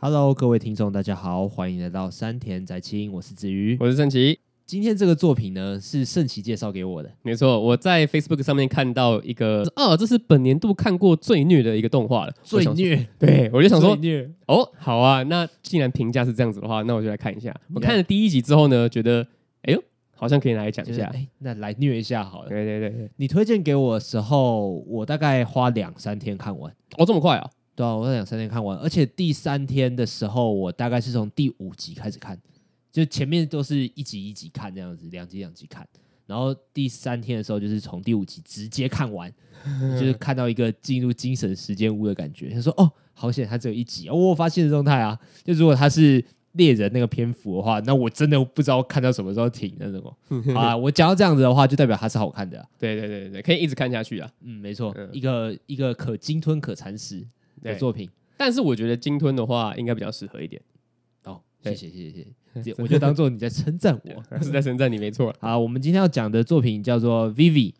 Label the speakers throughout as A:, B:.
A: Hello，各位听众，大家好，欢迎来到山田宅青，我是子瑜。
B: 我是郑奇。
A: 今天这个作品呢，是盛奇介绍给我的。
B: 没错，我在 Facebook 上面看到一个，啊，这是本年度看过最虐的一个动画了。我想说，
A: 虐，
B: 对我就
A: 就
B: 想说，
A: 虐，
B: 哦，好啊，那既然评价是这样子的话，那我就来看一下。我
A: Yeah
B: 看了第一集之后呢，觉得，哎呦，好像可以拿来讲
A: 就
B: 一
A: 是
B: 下。
A: 哎，那来虐一下好了。
B: 对对对对，
A: 你推荐给我的时候，我大概花两三天看完。
B: 哦，这么快啊？
A: 对啊，我两三天看完，而且第三天的时候，我大概是从第五集开始看，就前面都是一集一集看这样子，两集两集看，然后第三天的时候就是从第五集直接看完，就是看到一个进入精神时间屋的感觉。他说：“哦，好险，它只有一集。哦”我有发现的状态啊，就如果它是猎人那个篇幅的话，那我真的不知道看到什么时候停的那种。好啊，我讲到这样子的话，就代表它是好看的啊、
B: 对对对对对，可以一直看下去啊。
A: 嗯，没错
B: 嗯，
A: 一个一个可鲸吞可蚕食的
B: 对，
A: 作品。
B: 但是我觉得鲸吞的话应该比较适合一点。
A: 哦，谢
B: 对
A: 谢谢谢谢 谢，我就当做你在称赞我。
B: 是在深圳，你没错。
A: 好，我们今天要讲的作品叫做 Vivi，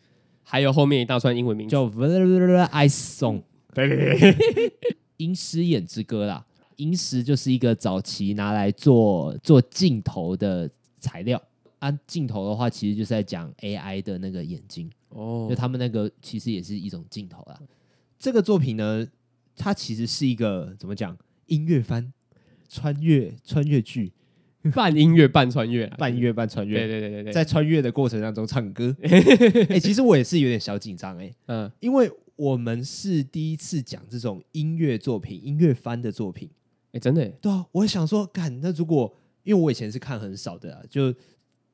B: 还有后面一大串英文名字，
A: 叫 Vanilla Ice Song，
B: 嗯对对对，
A: 银石眼之歌啦。银石就是一个早期拿来做做镜头的材料。按、镜头的话，其实就是在讲 AI 的那个眼睛，
B: 哦
A: 就，他们那个其实也是一种镜头啦。这个作品呢，它其实是一个怎么讲音乐番、穿越穿越剧、
B: 半音乐半穿越啊，
A: 半音乐半穿越，
B: 对对对对对，
A: 在穿越的过程当中唱歌。哎、其实我也是有点小紧张哎，
B: 嗯
A: 因为我们是第一次讲这种音乐作品、音乐番的作品。
B: 哎真的耶
A: 对啊，我也想说，干那如果因为我以前是看很少的啊，就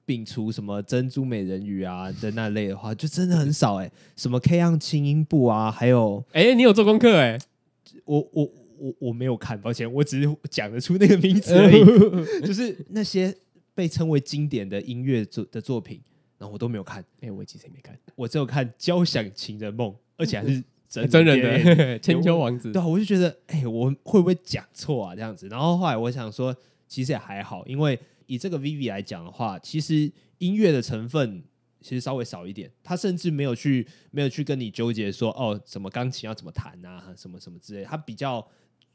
A: 摒除什么珍珠美人鱼啊的那类的话，就真的很少哎。什么 K 样轻音部啊，还有
B: 哎，你有做功 课哎，
A: 我我我我没有看，抱歉，我只是讲得出那个名字而 已，就是那些被称为经典的音乐作的作品，然后我都没有看。
B: 哎，我其实也没看，
A: 我只有看《交响情人梦》，而且还是真
B: 嗯真人
A: 电影。
B: 的 千秋王子
A: 对，啊，我就觉得，哎、我会不会讲错啊？这样子。然后后来我想说，其实也还好，因为以这个 Vivi 来讲的话，其实音乐的成分其实稍微少一点，他甚至没有去没有去跟你纠结说，哦，什么钢琴要怎么弹啊，什么什么之类的，他比较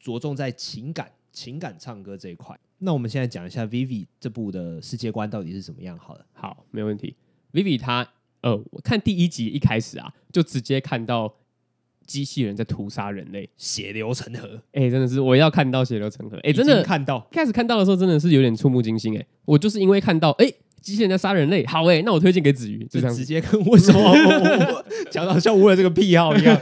A: 着重在情感情感唱歌这一块。那我们现在讲一下 Vivi 这部的世界观到底是怎么样好了。
B: 好，没问题。Vivi 他呃，我看第一集一开始啊，就直接看到机器人在屠杀人类，
A: 血流成河，
B: 哎，真的是我要看到血流成河，哎，真
A: 已
B: 的
A: 经看到
B: 一开始看到的时候真的是有点触目惊心哎，我就是因为看到哎机器人在杀人类，好哎，那我推荐给子瑜，就
A: 就
B: 这样
A: 直
B: 子，
A: 接 跟我说，我我讲到像我有这个癖好一样。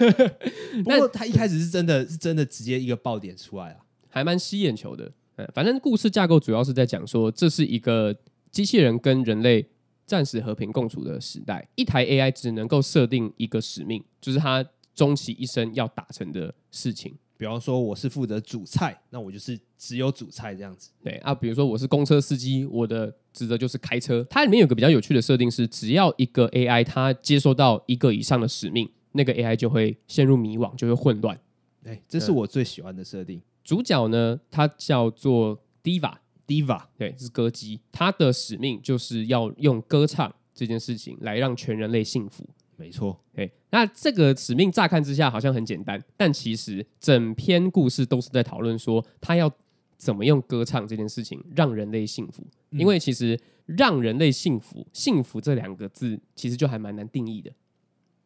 A: 不过他一开始是真的是真的直接一个爆点出来啊，
B: 还蛮吸眼球的。嗯，反正故事架构主要是在讲说，这是一个机器人跟人类暂时和平共处的时代。一台 AI 只能够设定一个使命，就是它终其一生要达成的事情。
A: 比方说我是负责煮菜，那我就是只有煮菜这样子。
B: 对啊，比如说我是公车司机，我的职责就是开车。它里面有个比较有趣的设定是，只要一个 AI 它接收到一个以上的使命，那个 AI 就会陷入迷惘，就会混乱。
A: 哎，这是我最喜欢的设定
B: 主角呢，他叫做 Diva，
A: ，Diva
B: 对，是歌姬，他的使命就是要用歌唱这件事情来让全人类幸福。
A: 没错，
B: 对，那这个使命乍看之下好像很简单，但其实整篇故事都是在讨论说他要怎么用歌唱这件事情让人类幸福，因为其实让人类幸福，幸福这两个字其实就还蛮难定义的。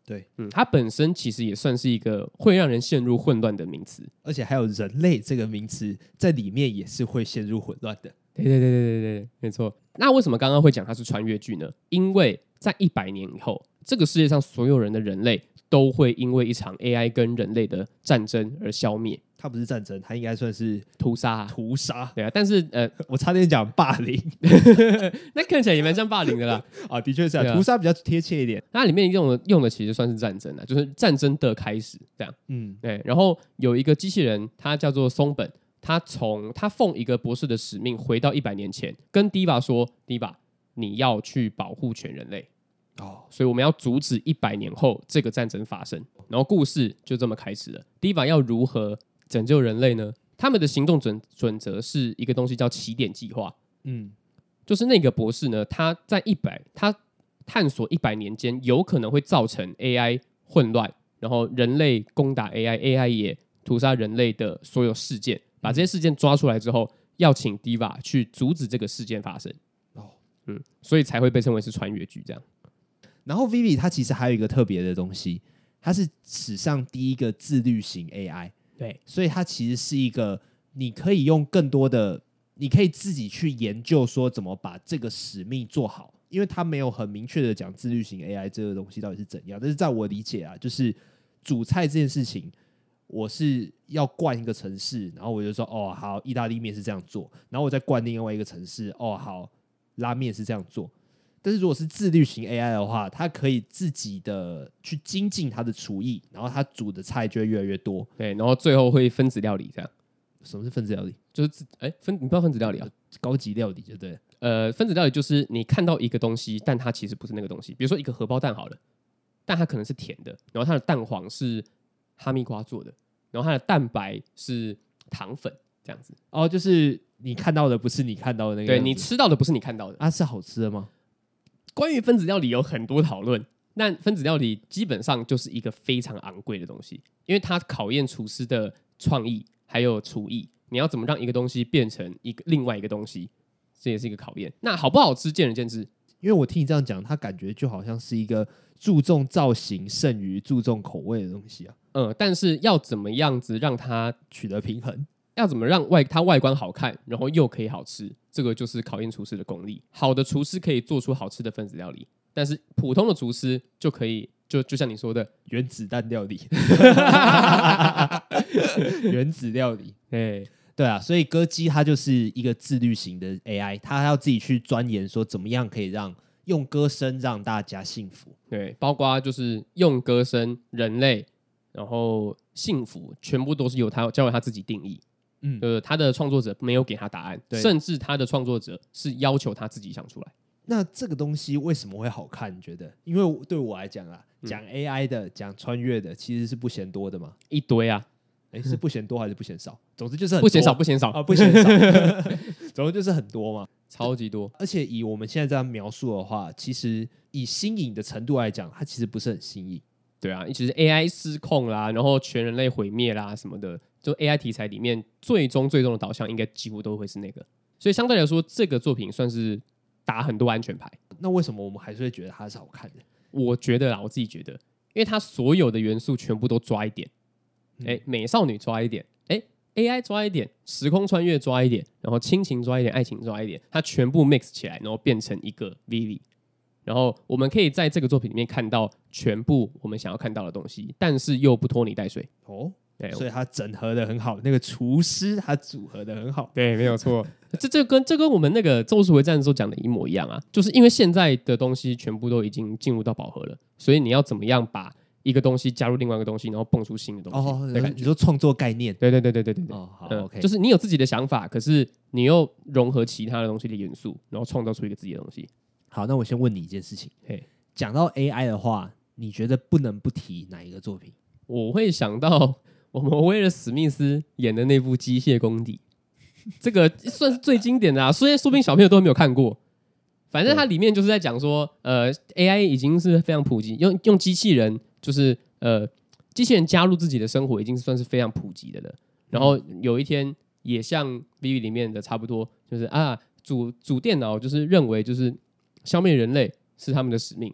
A: 对，
B: 嗯，它本身其实也算是一个会让人陷入混乱的名词。
A: 而且还有人类这个名词在里面也是会陷入混乱的。
B: 对对对对对对，没错。那为什么刚刚会讲它是穿越剧呢？因为在一百年以后，这个世界上所有人的人类都会因为一场 AI 跟人类的战争而消灭、
A: 它不是战争，它应该算是
B: 屠杀啊、
A: 屠杀。
B: 对啊，但是呃，
A: 我差点讲霸凌
B: 那看起来也蛮像霸凌的啦。
A: 啊，的确是、
B: 对
A: 啊、
B: 啊
A: 屠杀比较贴切一点。
B: 那里面用的用的其实算是战争啊，就是战争的开始这样。
A: 嗯，
B: 对，然后有一个机器人，它叫做松本，它从它奉一个博士的使命回到一百年前，跟迪巴说：“迪巴，你要去保护全人类。”
A: 哦，
B: 所以我们要阻止一百年后这个战争发生。然后故事就这么开始了。第一把要如何拯救人类呢？他们的行动准准则是一个东西叫起点计划，
A: 嗯，
B: 就是那个博士呢，他在一百他探索一百年间有可能会造成 AI 混乱，然后人类攻打 AI，AI 也屠杀人类的所有事件，把这些事件抓出来之后，要请 Diva 去阻止这个事件发生。
A: 哦
B: 哦，嗯，所以才会被称为是穿越剧这样。
A: 然后 Vivi 它其实还有一个特别的东西，它是史上第一个自律型 AI，
B: 对，
A: 所以它其实是一个你可以用更多的，你可以自己去研究说怎么把这个使命做好，因为它没有很明确的讲自律型 AI 这个东西到底是怎样，但是在我理解啊，就是煮菜这件事情。我是要灌一个城市，然后我就说哦好，意大利面是这样做，然后我再灌另外一个城市，哦好，拉面是这样做。但是如果是自律型 AI 的话，它可以自己的去精进它的厨艺，然后它煮的菜就会越来越多。
B: 对，然后最后会分子料理这样，
A: 什么是分子料理？
B: 就是自哎分，你不知道分子料理啊？
A: 高级料理就对了。
B: 呃，分子料理就是你看到一个东西，但它其实不是那个东西。比如说一个荷包蛋好了，但它可能是甜的，然后它的蛋黄是哈密瓜做的，然后它的蛋白是糖粉这样子。
A: 哦，就是你看到的不是你看到的那个
B: 对
A: 样子。
B: 你吃到的不是你看到的。
A: 啊是好吃的吗？
B: 关于分子料理有很多讨论，但分子料理基本上就是一个非常昂贵的东西，因为它考验厨师的创意还有厨艺。你要怎么让一个东西变成一个另外一个东西，这也是一个考验。那好不好吃，见仁见智。
A: 因为我听你这样讲，它感觉就好像是一个注重造型胜于注重口味的东西啊，
B: 嗯，但是要怎么样子让它
A: 取得平衡。
B: 要怎么让外它外观好看，然后又可以好吃，这个就是考验厨师的功力。好的厨师可以做出好吃的分子料理，但是普通的厨师就可以就就像你说的，
A: 原子弹料 理，原子料理。
B: 哎，
A: 对啊，所以歌姬它就是一个自律型的 AI，它要自己去钻研说怎么样可以让用歌声让大家幸福。
B: 对，包括就是用歌声、人类，然后幸福，全部都是由他交由他自己定义。
A: 嗯
B: 呃，他的创作者没有给他答案，
A: 对
B: 甚至他的创作者是要求他自己想出来。
A: 那这个东西为什么会好看？你觉得？因为对我来讲啊，
B: 嗯
A: 讲 AI 的、讲穿越的其实是不嫌多的嘛。
B: 一堆啊，
A: 诶，是不嫌多还是不嫌少？总之就是很
B: 不嫌
A: 多
B: 少，不嫌少，
A: 啊，不嫌少， 总之就是很多嘛。
B: 超级多。
A: 而且以我们现在这样描述的话，其实以新颖的程度来讲，它其实不是很新颖。
B: 对啊，其实 AI 失控啦，然后全人类毁灭啦什么的，就 AI 题材里面最终最终的导向应该几乎都会是那个。所以相对来说，这个作品算是打很多安全牌。
A: 那为什么我们还是会觉得它是好看的？
B: 我觉得啦，我自己觉得，因为它所有的元素全部都抓一点，
A: 嗯
B: 哎、美少女抓一点，哎、AI 抓一点，时空穿越抓一点，然后亲情抓一点，爱情抓一点，它全部 mix 起来，然后变成一个 Vivi。然后我们可以在这个作品里面看到全部我们想要看到的东西，但是又不拖泥带水。
A: 哦，
B: 对，
A: 所以它整合的很好，那个厨师他组合的很好。
B: 对，没有错。这这跟这跟我们那个《咒术回战》的时候讲的一模一样啊，就是因为现在的东西全部都已经进入到饱和了，所以你要怎么样把一个东西加入另外一个东西，然后蹦出新的东西
A: 哦，
B: 的感
A: 你
B: 觉？
A: 说创作概念
B: 对对对对对对对。
A: 哦，好
B: 嗯
A: ，OK，
B: 就是你有自己的想法，可是你又融合其他的东西的元素，然后创造出一个自己的东西。
A: 好。那我先问你一件事情
B: 嘿，
A: 讲到 AI 的话，你觉得不能不提哪一个作品？
B: 我会想到 我们威尔史密斯演的那部《机械公敌》，这个算是最经典的啊，虽然说不定小朋友都没有看过。反正它里面就是在讲说，呃，AI 已经是非常普及，用用机器人就是呃，机器人加入自己的生活已经算是非常普及的了。然后有一天也像《V 里面的差不多，就是啊，主主电脑就是认为就是消灭人类是他们的使命，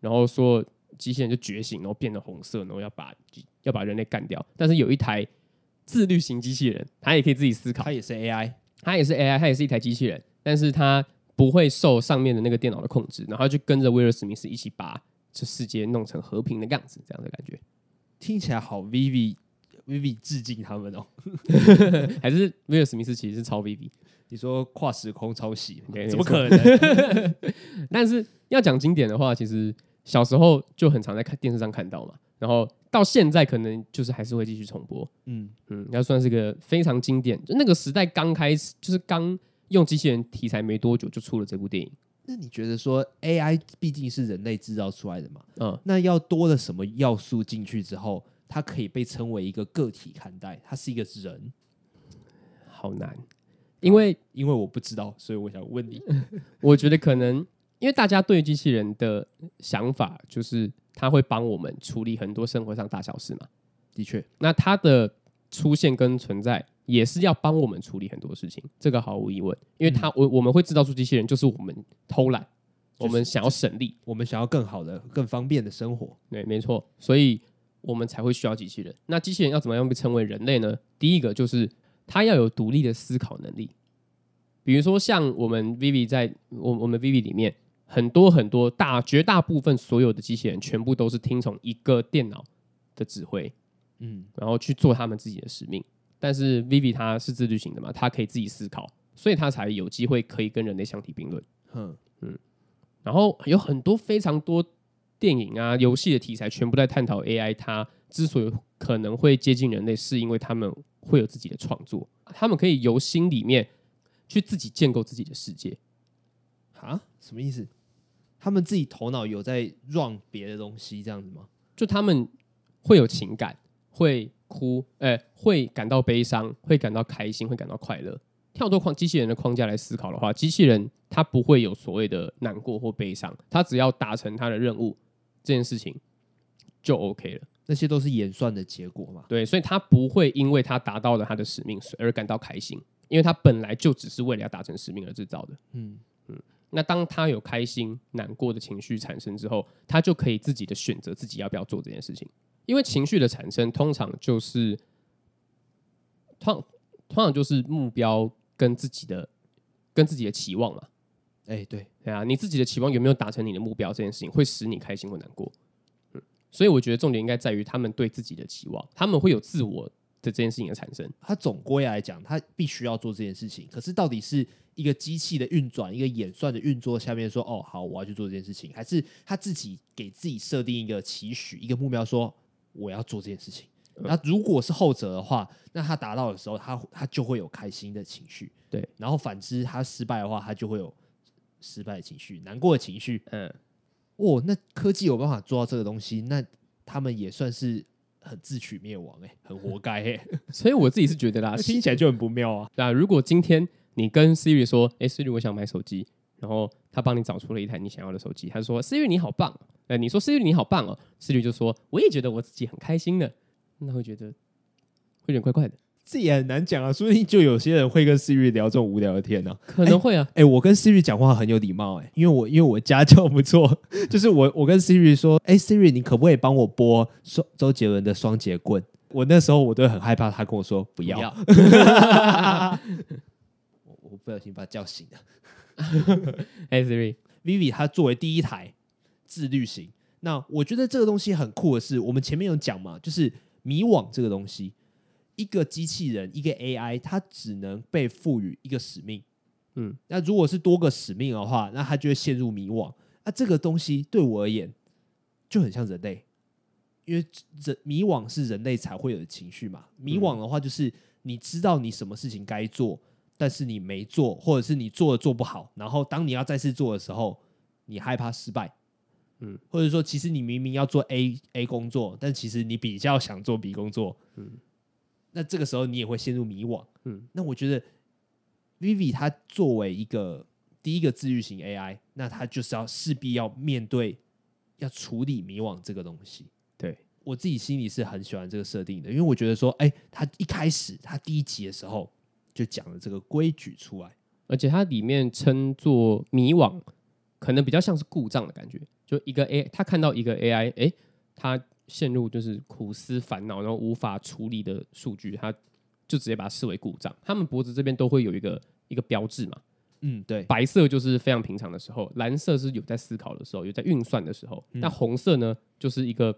B: 然后说机器人就觉醒，然后变得红色，然后要把要把人类干掉。但是有一台自律型机器人，它也可以自己思考
A: 它，也是 AI，
B: 它也是 AI，它也是一台机器人，但是它不会受上面的那个电脑的控制，然后它就跟着威尔史密斯一起把这世界弄成和平的样子，这样的感觉。
A: 听起来好 Vivi Vivi 致敬他们哦。
B: 还是威尔史密斯其实是超 VV，
A: 你说跨时空抄袭吗
B: 对，
A: 怎么可能？
B: 但是要讲经典的话，其实小时候就很常在看电视上看到嘛，然后到现在可能就是还是会继续重播。
A: 嗯，
B: 嗯，要算是个非常经典，就那个时代刚开始，就是刚用机器人题材没多久就出了这部电影。
A: 那你觉得说 AI 毕竟是人类制造出来的嘛？
B: 嗯，
A: 那要多了什么要素进去之后，它可以被称为一个个体看待，它是一个人？
B: 好难，因为
A: 因为我不知道，所以我想问你。
B: 我觉得可能因为大家对机器人的想法就是它会帮我们处理很多生活上大小事嘛，
A: 的确，
B: 那它的出现跟存在也是要帮我们处理很多事情，这个毫无疑问，因为它我我们会制造出机器人，就是我们偷懒，
A: 嗯就是
B: 我们想要省力，
A: 我们想要更好的、更方便的生活。
B: 对，没错，所以我们才会需要机器人。那机器人要怎么样被称为人类呢？第一个就是它要有独立的思考能力，比如说像我们 Vivi 在我我们 Vivi 里面，很多很多大绝大部分所有的机器人全部都是听从一个电脑的指挥，
A: 嗯，
B: 然后去做他们自己的使命。但是 Vivi 它是自律型的嘛，它可以自己思考，所以它才有机会可以跟人类相提并论。
A: 哼，
B: 然后有很多非常多电影啊、游戏的题材，全部在探讨 AI 它之所以可能会接近人类，是因为他们会有自己的创作，他们可以由心里面去自己建构自己的世界。
A: 啊，什么意思？他们自己头脑有在 run 别的东西这样子吗？
B: 就他们会有情感，会哭，呃，会感到悲伤，会感到开心，会感到快乐。跳脱框机器人的框架来思考的话，机器人它不会有所谓的难过或悲伤，它只要达成它的任务，这件事情就 OK 了。
A: 那些都是演算的结果嘛？
B: 对，所以他不会因为他达到了他的使命而感到开心，因为他本来就只是为了要达成使命而制造的。
A: 嗯
B: 那当他有开心、难过的情绪产生之后，他就可以自己的选择自己要不要做这件事情。因为情绪的产生通常就是，通通常就是目标跟自己的跟自己的期望嘛。
A: 哎、对，
B: 对啊，你自己的期望有没有达成你的目标这件事情，会使你开心或难过。嗯，所以我觉得重点应该在于他们对自己的期望，他们会有自我的这件事情的产生。
A: 他总归来讲，他必须要做这件事情。可是到底是一个机器的运转，一个演算的运作下面说，哦，好，我要去做这件事情，还是他自己给自己设定一个期许、一个目标说我要做这件事情？那如果是后者的话，那他达到的时候，他他就会有开心的情绪，
B: 对。
A: 然后反之，他失败的话，他就会有失败的情绪、难过的情绪。
B: 嗯，
A: 哦，那科技有办法做到这个东西，那他们也算是很自取灭亡哎、很活该哎、
B: 所以我自己是觉得啦，
A: 那
B: 是
A: 听起来就很不妙啊。
B: 啊，如果今天你跟 Siri 说：“哎、s i r i 我想买手机。”然后他帮你找出了一台你想要的手机，他说：“Siri 你好棒。”哎，你说 Siri 你好棒哦，Siri 就说：“我也觉得我自己很开心呢。”那会觉得会有点怪怪的，
A: 这也很难讲啊，说不定就有些人会跟 Siri 聊这种无聊的天呢、啊。
B: 可能会啊。
A: 哎、我跟 Siri 讲话很有礼貌哎、因为我因为我家教不错，就是我我跟 Siri 说，哎、s i r i 你可不可以帮我播周周杰伦的《双节棍》？我那时候我都很害怕，他跟我说不要， 我我不小心把他叫醒了。
B: 哎、Siri，
A: Vivi 它作为第一台自律型，那我觉得这个东西很酷的是，我们前面有讲嘛，就是迷惘这个东西，一个机器人，一个 AI，它只能被赋予一个使命。
B: 嗯，
A: 那如果是多个使命的话，那它就会陷入迷惘。那这个东西对我而言就很像人类，因为人迷惘是人类才会有的情绪嘛。迷惘的话，就是你知道你什么事情该做，但是你没做，或者是你做的做不好，然后当你要再次做的时候，你害怕失败，
B: 嗯，
A: 或者说其实你明明要做 A A 工作，但其实你比较想做 B 工作，嗯，那这个时候你也会陷入迷惘，
B: 嗯，
A: 那我觉得 Vivi 他作为一个第一个自愈型 AI，那他就是要势必要面对要处理迷惘这个东西，
B: 对，
A: 我自己心里是很喜欢这个设定的，因为我觉得说，哎、他一开始他第一集的时候就讲了这个规矩出来，
B: 而且它里面称作迷惘，可能比较像是故障的感觉。就一个 A，他看到一个 AI，哎、他陷入就是苦思烦恼，然后无法处理的数据，他就直接把它视为故障。他们脖子这边都会有一个一个标志嘛，
A: 嗯，对，
B: 白色就是非常平常的时候，蓝色是有在思考的时候，有在运算的时候，那红色呢，就是一个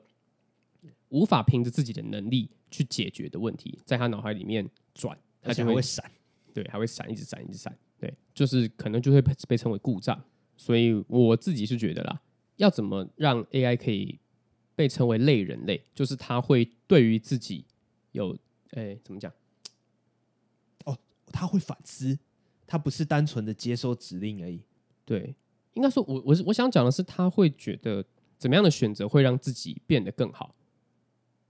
B: 无法凭着自己的能力去解决的问题，在他脑海里面转，他
A: 而且
B: 就
A: 还
B: 会
A: 会闪，
B: 对，还会闪，一直闪，一直闪，对，就是可能就会被被称为故障。所以我自己是觉得啦，要怎么让 AI 可以被称为类人类，就是它会对于自己有，哎、怎么讲？
A: 他会反思，他不是单纯的接收指令而已。
B: 对，应该说我我是我想讲的是，他会觉得怎么样的选择会让自己变得更好，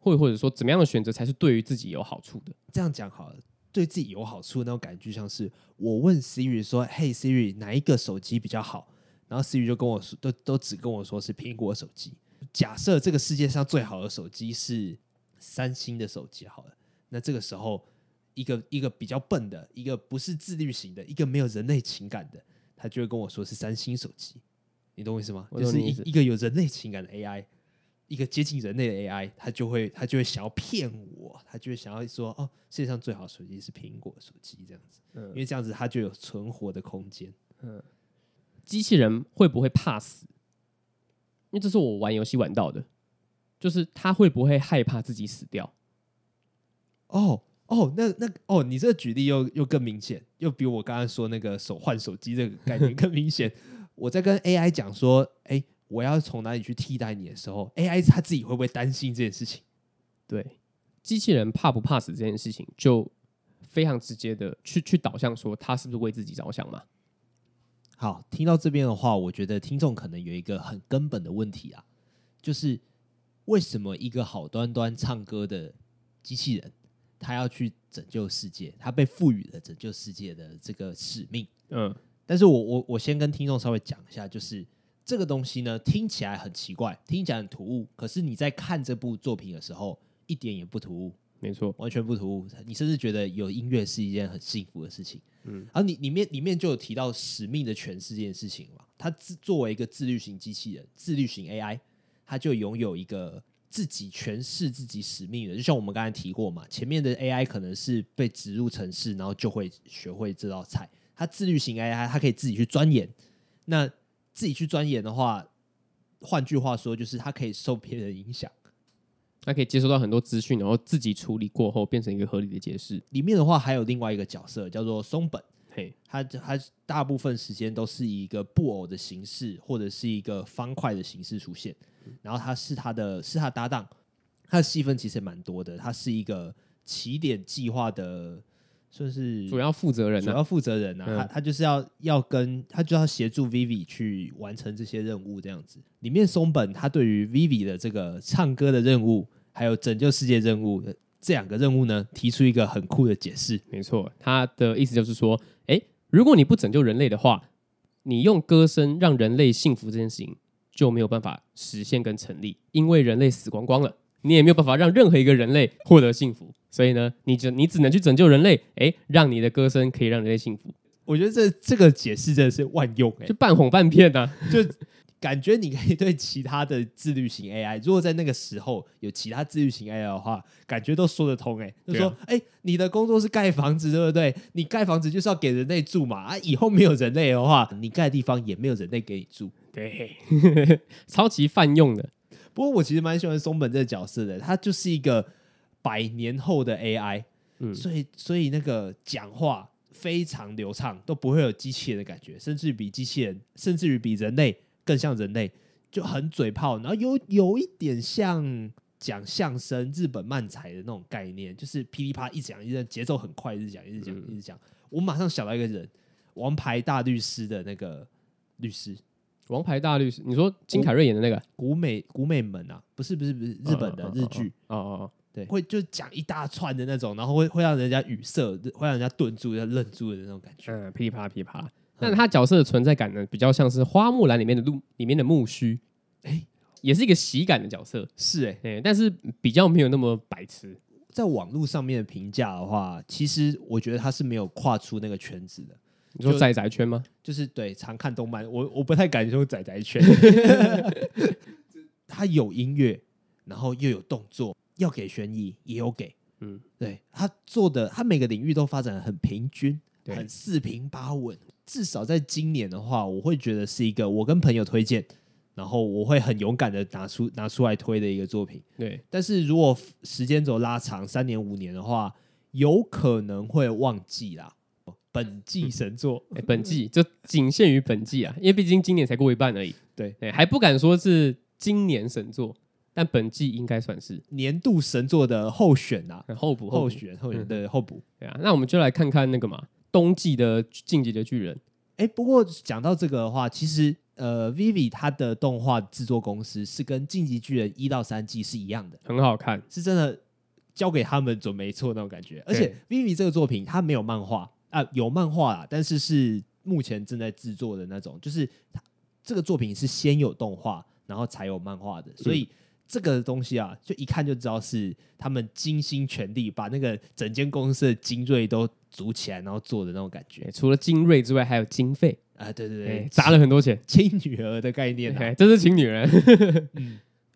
B: 或或者说怎么样的选择才是对于自己有好处的。
A: 这样讲好了，对自己有好处的那种感觉，就像是我问 Siri 说：“嘿，Siri，哪一个手机比较好？”然后 Siri 就跟我说，都都只跟我说是苹果手机。假设这个世界上最好的手机是三星的手机好了，那这个时候一个一个比较笨的，一个不是自律型的，一个没有人类情感的，他就会跟我说是三星手机，你懂我意思吗？
B: 我
A: 就
B: 懂
A: 是
B: 你意
A: 一
B: 思
A: 一个有人类情感的 AI，一个接近人类的 AI，他就会他就会想要骗我，他就会想要说哦，世界上最好的手机是苹果手机这样子，
B: 嗯
A: 因为这样子它就有存活的空间。
B: 机器人会不会怕死？因为这是我玩游戏玩到的，就是他会不会害怕自己死掉？
A: 哦哦，那那哦，你这个举例又又更明显，又比我刚刚说那个手换手机这个概念更明显。我在跟 AI 讲说，哎、我要从哪里去替代你的时候，AI 它自己会不会担心这件事情？
B: 对，机器人怕不怕死这件事情，就非常直接的去去导向说他是不是为自己着想嘛？
A: 好，听到这边的话，我觉得听众可能有一个很根本的问题啊，就是为什么一个好端端唱歌的机器人，他要去拯救世界，他被赋予了拯救世界的这个使命？
B: 嗯，
A: 但是我我我先跟听众稍微讲一下，就是这个东西呢，听起来很奇怪，听起来很突兀，可是你在看这部作品的时候，一点也不突兀，
B: 没错，
A: 完全不突兀，你甚至觉得有音乐是一件很幸福的事情。嗯，然后你里面里面就有提到使命的诠释这件事情嘛，它自作为一个自律型机器人、自律型 AI，它就拥有一个自己诠释自己使命的，就像我们刚才提过嘛，前面的 AI 可能是被植入城市，然后就会学会这道菜。它自律型 AI，它可以自己去钻研。那自己去钻研的话，换句话说，就是它可以受别人影响。
B: 他可以接收到很多资讯，然后自己处理过后变成一个合理的解释。
A: 里面的话，还有另外一个角色叫做松本。
B: 嘿，
A: 它它大部分时间都是以一个布偶的形式或者是一个方块的形式出现，然后它是它的是它搭档，它的戏份其实也蛮多的，它是一个起点计划的算是
B: 主要负责人
A: 主
B: 呢、
A: 要负责人呐、啊，
B: 嗯
A: 他他就是要要跟他就要协助 Vivi 去完成这些任务，这样子。里面松本他对于 Vivi 的这个唱歌的任务，还有拯救世界任务呃这两个任务呢，提出一个很酷的解释。
B: 没错，他的意思就是说，诶，如果你不拯救人类的话，你用歌声让人类幸福这件事情就没有办法实现跟成立，因为人类死光光了，你也没有办法让任何一个人类获得幸福，所以呢，你只你只能去拯救人类，诶，让你的歌声可以让人类幸福，
A: 我觉得这这个解释真的是万用哎、
B: 就半哄半骗啊呐、
A: 就感觉你可以对其他的自律型 AI，如果在那个时候有其他自律型 AI 的话，感觉都说得通哎、就
B: 对啊
A: 说哎、你的工作是盖房子，对不对？你盖房子就是要给人类住嘛，啊，以后没有人类的话，你盖的地方也没有人类给你住。
B: 对， 超级泛用的，
A: 不过我其实蛮喜欢松本这个角色的，他就是一个百年后的 AI，、
B: 嗯
A: 所以所以那个讲话非常流畅，都不会有机器人的感觉，甚至比机器人，甚至于比人类更像人类，就很嘴炮，然后有有一点像讲相声、日本漫才的那种概念，就是噼里啪一直讲一直讲，节奏很快，一直讲一直讲一直讲。我马上想到一个人，《王牌大律师》的那个律师
B: 王牌大律师，你说金凯瑞演的那个
A: 古美古美门啊，不是不是不是日本的日剧。，
B: 哦哦哦哦，
A: 对，会就讲一大串的那种，然后会会让人家语塞，会让人家顿住、要愣住的那种感觉。
B: 嗯，噼里啪啦噼里啪啦。
A: 嗯
B: 但他角色的存在感呢，比较像是《花木兰》里面的陆里面的木须，
A: 哎
B: 也是一个喜感的角色，
A: 是哎、
B: 哎、但是比较没有那么白痴。
A: 在网络上面的评价的话，其实我觉得他是没有跨出那个圈子的。
B: 你说
A: 就
B: 宅宅圈吗？
A: 就是对，常看动漫，我我不太敢说仔仔圈。他有音乐，然后又有动作，要给悬疑也有给，
B: 嗯
A: 嗯，对他做的，他每个领域都发展的很平均，
B: 对
A: 很四平八稳。至少在今年的话，我会觉得是一个我跟朋友推荐，然后我会很勇敢的拿出拿出来推的一个作品。
B: 对，
A: 但是如果时间轴拉长三年五年的话，有可能会忘记啦。本季神作，
B: 哎本季就仅限于本季啊，因为毕竟今年才过一半而已。
A: 对
B: 哎还不敢说是今年神作，但本季应该算是
A: 年度神作的候选啊，
B: 很候补
A: 候
B: 补
A: 选候
B: 嗯
A: 选对候补。
B: 对啊，那我们就来看看那个嘛，冬季的《进击的巨人》。
A: 哎、不过讲到这个的话，其实呃，Vivi 它的动画制作公司是跟《进击巨人》一到三季是一样的，
B: 很好看，
A: 是真的交给他们准没错那种感觉。而
B: 对
A: 且 Vivi 这个作品它没有漫画啊、有漫画啦，但是是目前正在制
B: 嗯
A: 作的那种，就是它这个作品是先有动画，然后才有漫画的，所以这个东西啊，就一看就知道是他们尽心全力把那个整间公司的精锐都组起来，然后做的那种感觉
B: 对除了精锐之外，还有经费，
A: 啊、对对
B: 对，
A: 对，
B: 砸了很多钱，
A: 亲女儿的概念啊。
B: 哎，真是请女人。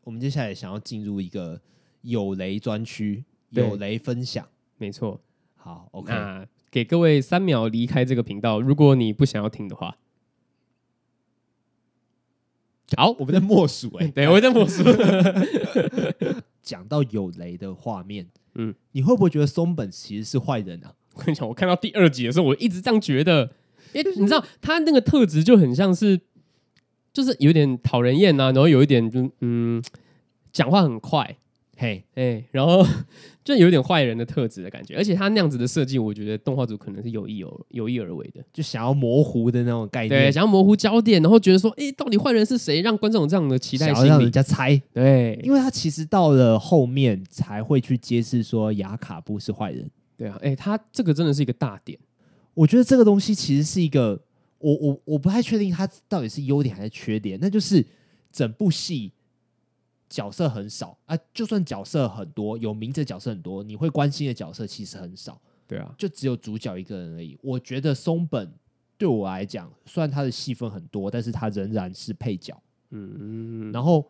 A: 我们接下来想要进入一个有雷专区，
B: 对
A: 有雷分享。
B: 没错，
A: 好，OK，
B: 那给各位三秒离开这个频道，如果你不想要听的话。好，
A: 我们在默数哎、
B: 对我在默数。
A: 讲到有雷的画面，
B: 嗯
A: 嗯，你会不会觉得松本其实是坏人啊？
B: 我跟你讲，我看到第二集的时候，我一直这样觉得，因为你知道他那个特质就很像是，就是有点讨人厌呐、啊，然后有一点就嗯，讲话很快，
A: 嘿，
B: 哎、然后 就有点坏人的特质的感觉。而且他那样子的设计，我觉得动画组可能是有意有有意而为的，
A: 就想要模糊的那种概
B: 对，
A: 念，
B: 想要模糊焦点，然后觉得说，哎、到底坏人是谁，让观众有这样的期待
A: 想要
B: 心
A: 让人
B: 理。
A: 家猜，
B: 对，
A: 因为他其实到了后面才会去揭示说雅卡布是坏人。
B: 对啊，哎、他这个真的是一个大点，
A: 我觉得这个东西其实是一个，我我我不太确定它到底是优点还是缺点，那就是整部戏角色很少啊，就算角色很多，有名字的角色很多，你会关心的角色其实很少，
B: 对啊，
A: 就只有主角一个人而已。我觉得松本对我来讲，虽然他的戏份很多，但是他仍然是配角。
B: 嗯，
A: 然后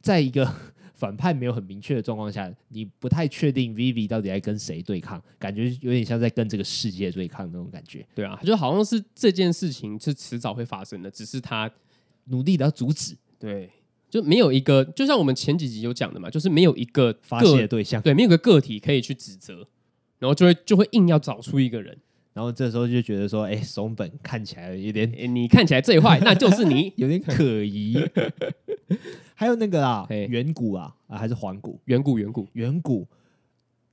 A: 在一个 反派没有很明确的状况下，你不太确定 Vivi 到底在跟谁对抗，感觉有点像在跟这个世界对抗那种感觉，
B: 对啊，就好像是这件事情是迟早会发生的，只是他
A: 努力的要阻止
B: 对，就没有一个，就像我们前几集有讲的嘛，就是没有一个
A: 发泄
B: 个
A: 的对象。
B: 对，没有一个个体可以去指责，然后就会就会硬要找出一个人。
A: 然后这时候就觉得说，哎，松本看起来有点
B: 诶你看起来最坏，那就是你
A: 有点可疑。 还有那个啊，
B: 嘿
A: 远古啊，啊还是环古，
B: 远古远古。
A: 远古，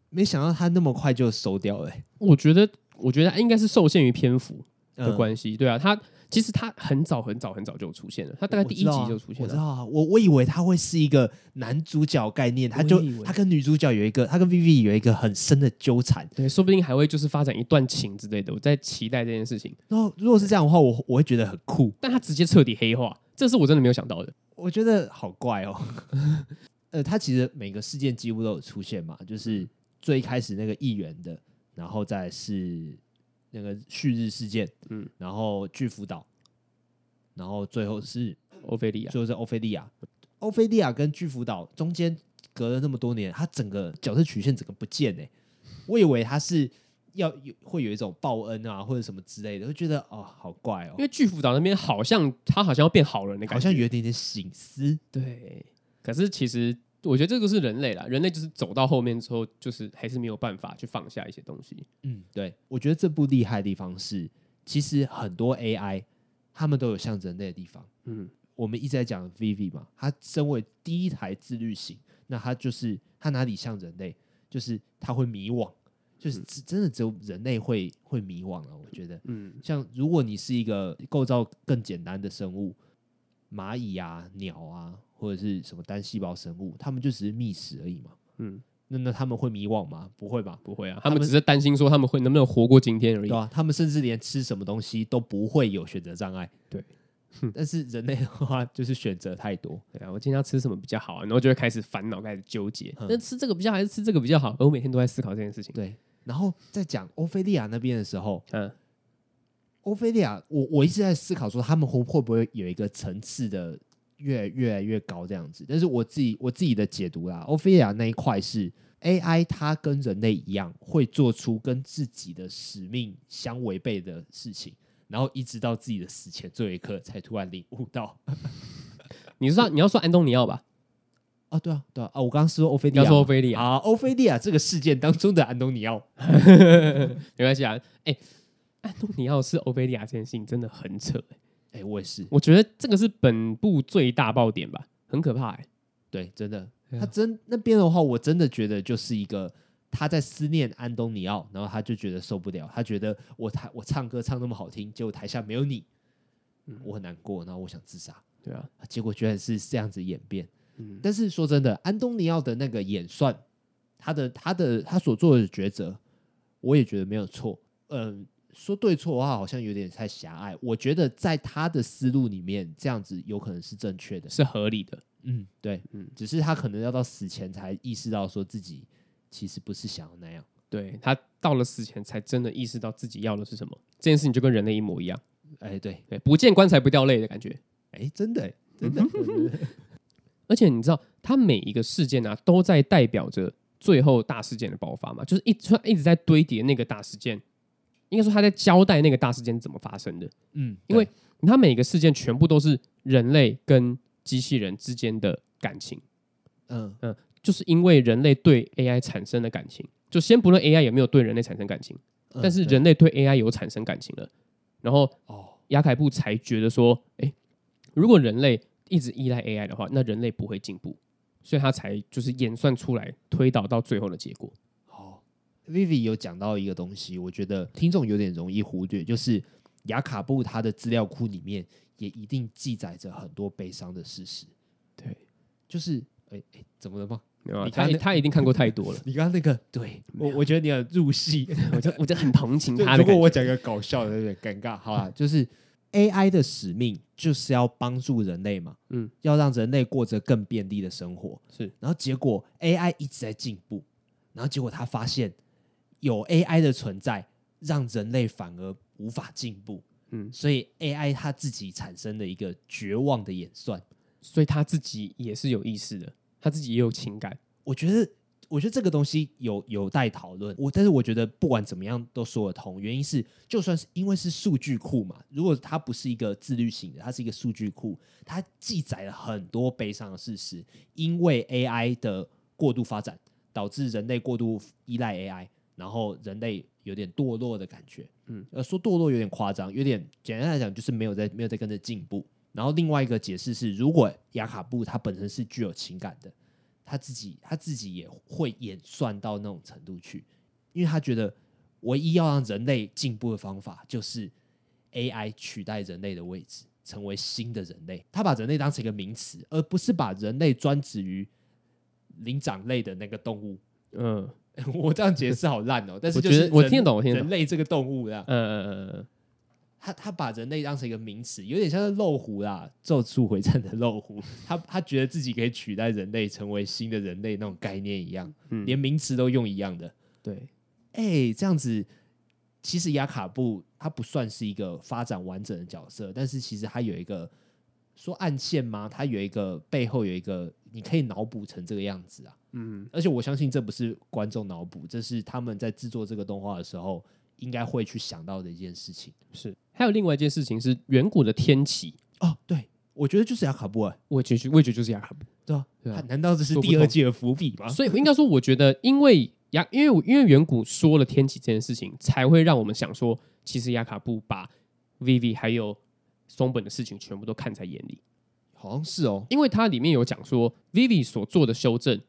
A: 没想到他那么快就收掉了、欸。
B: 我觉得，我觉得应该是受限于篇幅的
A: 嗯
B: 关系。对啊，他其实他很早很早很早就出现了，他大概第一集就出现
A: 我知
B: 了。
A: 道啊，我我以为他会是一个男主角概念，他就
B: 嗯我以为
A: 他跟女主角有一个，他跟 Vivi 有一个很深的纠缠。
B: 对，说不定还会就是发展一段情之类的。我在期待这件事情，
A: 然后如果是这样的话，我我会觉得很酷，
B: 但他直接彻底黑化，这是我真的没有想到的。
A: 我觉得好怪哦。 呃，他其实每个事件几乎都有出现嘛，就是最一开始那个议员的，然后再是那个旭日事件，
B: 嗯
A: 嗯，然后巨福岛，然后最后是
B: 欧菲利亚，
A: 就是欧菲利亚。欧菲利亚跟巨福岛中间隔了那么多年，他整个角色曲线整个不见哎、我以为他是要有会有一种报恩啊或者什么之类的，就觉得哦好怪哦
B: 因，为巨福岛那边好像他好像要变好人的感
A: 好
B: 觉，
A: 像有一点点醒思。
B: 对，可是其实我觉得这个是人类啦，人类就是走到后面之后，就是还是没有办法去放下一些东西。
A: 嗯，对，我觉得这部厉害的地方是，其实很多 AI 他们都有像人类的地方。
B: 嗯，
A: 我们一直在讲 Vivi 嘛，它身为第一台自律型，那它就是它哪里像人类，就是它会迷惘，就是只真的只有人类会会迷惘啊。我觉得，
B: 嗯，
A: 像如果你是一个构造更简单的生物，蚂蚁啊、鸟啊，或者是什么单细胞生物，它们就只是觅食而已嘛。
B: 嗯，
A: 那那他们会迷惘吗？不会吧，
B: 不会啊，
A: 他
B: 他
A: 们
B: 们只是担心说他们会能不能活过今天而已
A: 对。啊，他们甚至连吃什么东西都不会有选择障碍。
B: 对，
A: 但是人类的话就是选择太多。
B: 对啊，我今天要吃什么比较好、啊，然后就会开始烦恼，开始纠结，
A: 嗯
B: 那、吃这个比较好还是吃这个比较好？而我每天都在思考这件事情。
A: 对，然后在讲欧菲利亚那边的时候，
B: 嗯，
A: 欧菲利亚，我我一直在思考说他们会会不会有一个层次的越越来越高这样子，但是我自己我自己的解读啦，欧菲利亚那一块是 AI，它跟人类一样会做出跟自己的使命相违背的事情。然后一直到自己的死前最后一刻，才突然领悟到
B: 你知道你要说安东尼奥吧？
A: 啊，对啊，对啊，啊，我刚刚说欧菲利亚
B: 你要
A: 嘛，
B: 说欧菲利亚，
A: 啊，欧菲利亚这个事件当中的安东尼奥，
B: 没关系啊。哎、安东尼奥是欧菲利亚这件事情真的很扯、欸，
A: 哎、我也是，
B: 我觉得这个是本部最大爆点吧，很可怕、欸。
A: 对，真的，
B: 对啊
A: 他真那边的话，我真的觉得就是一个他在思念安东尼奥，然后他就觉得受不了，他觉得我台我唱歌唱那么好听，结果台下没有你，
B: 嗯
A: 我很难过，然后我想自杀，
B: 对啊，
A: 结果居然是这样子演变。
B: 嗯
A: 但是说真的，安东尼奥的那个演算，他的他的他所做的抉择，我也觉得没有错。嗯，说对错的话，好像有点太狭隘。我觉得在他的思路里面，这样子有可能是正确的。
B: 是合理的。
A: 嗯，对，
B: 嗯
A: 只是他可能要到死前才意识到说自己其实不是想要那样。
B: 对他到了死前才真的意识到自己要的是什么，这件事情就跟人类一模一样，
A: 哎、对，
B: 对，不见棺材不掉泪的感觉。
A: 哎、真的、 真的，
B: 而且你知道，它每一个事件啊，都在代表着最后大事件的爆发嘛，就是一直一直在堆叠那个大事件。应该说，他在交代那个大事件怎么发生的。
A: 嗯，
B: 因为
A: 对
B: 它每个事件全部都是人类跟机器人之间的感情，
A: 嗯
B: 就是因为人类对 AI 产生了感情。就先不论 AI 有没有对人类产生感情，
A: 嗯
B: 但是
A: 对
B: 人类对 AI 有产生感情了。然后
A: 哦，
B: 雅凯布才觉得说，诶，如果人类一直依赖 AI 的话，那人类不会进步，所以他才就是演算出来推导到最后的结果。
A: 好，Vivi 有讲到一个东西，我觉得听众有点容易忽略，就是雅卡布他的资料库里面也一定记载着很多悲伤的事实。
B: 对，
A: 就是哎哎、怎么了吗？
B: 没有啊
A: 你
B: 他
A: 看那，
B: 他一定看过太多了
A: 你刚刚那个，对我我觉得你很入 戏。
B: 我就我就很同情
A: 就
B: 他的
A: 如
B: 感
A: 果
B: 觉。嗯
A: 我讲一个搞笑的，有点尴尬。好啦，就是 AI 的使命就是要帮助人类嘛，
B: 嗯
A: 嗯，要让人类过着更便利的生活。
B: 是，
A: 然后结果 AI 一直在进步，然后结果他发现有 AI 的存在，让人类反而无法进步。
B: 嗯
A: 嗯，所以 AI 它自己产生的一个绝望的演算，
B: 所以他自己也是有意识的，他自己也有情感。
A: 我觉得，我觉得这个东西有有待讨论。我但是我觉得不管怎么样都说得通，原因是就算是因为是数据库嘛，如果它不是一个自律型的，它是一个数据库，它记载了很多悲伤的事实。因为 AI 的过度发展，导致人类过度依赖 AI，然后人类有点堕落的感觉。
B: 嗯
A: 嗯，呃，说堕落有点夸张，有点简单来讲就是没有在没有在跟着进步。然后另外一个解释是，如果雅卡布他本身是具有情感的，他自己他自己也会演算到那种程度去，因为他觉得唯一要让人类进步的方法就是 AI 取代人类的位置，成为新的人类。他把人类当成一个名词，而不是把人类专指于灵长类的那个动物。
B: 嗯，
A: 我这样解释好烂哦、但是
B: 我
A: 就
B: 觉
A: 是
B: 得我
A: 人
B: 听得懂，我听得
A: 人
B: 懂。
A: 类这个动物啦，
B: 嗯嗯嗯嗯，
A: 他他把人类当成一个名词，有点像是漏狐啦，《咒术回战》的漏狐，他他觉得自己可以取代人类，成为新的人类那种概念一样，
B: 嗯
A: 连名词都用一样的。
B: 对，
A: 哎、这样子，其实雅卡布他不算是一个发展完整的角色，但是其实他有一个说暗线吗？他有一个背后有一个，你可以脑补成这个样子啊。
B: 嗯，
A: 而且我相信这不是观众脑补，这是他们在制作这个动画的时候应该会去想到的一件事情。
B: 是。还有另外一件事情是远古的天启，
A: 哦，对，我觉得就是雅卡布哎、
B: 我觉得我也觉得就是雅卡布。
A: 对啊，
B: 对啊
A: 他难道这是
B: 说不
A: 第二
B: 通
A: 季的伏笔 吗？
B: 所以应该说，我觉得因为雅，因为我因为远古说了天启这件事情，才会让我们想说，其实雅卡布把 Vivi 还有松本的事情全部都看在眼里，
A: 好像是哦，
B: 因为它里面有讲说 Vivi 所做的修正，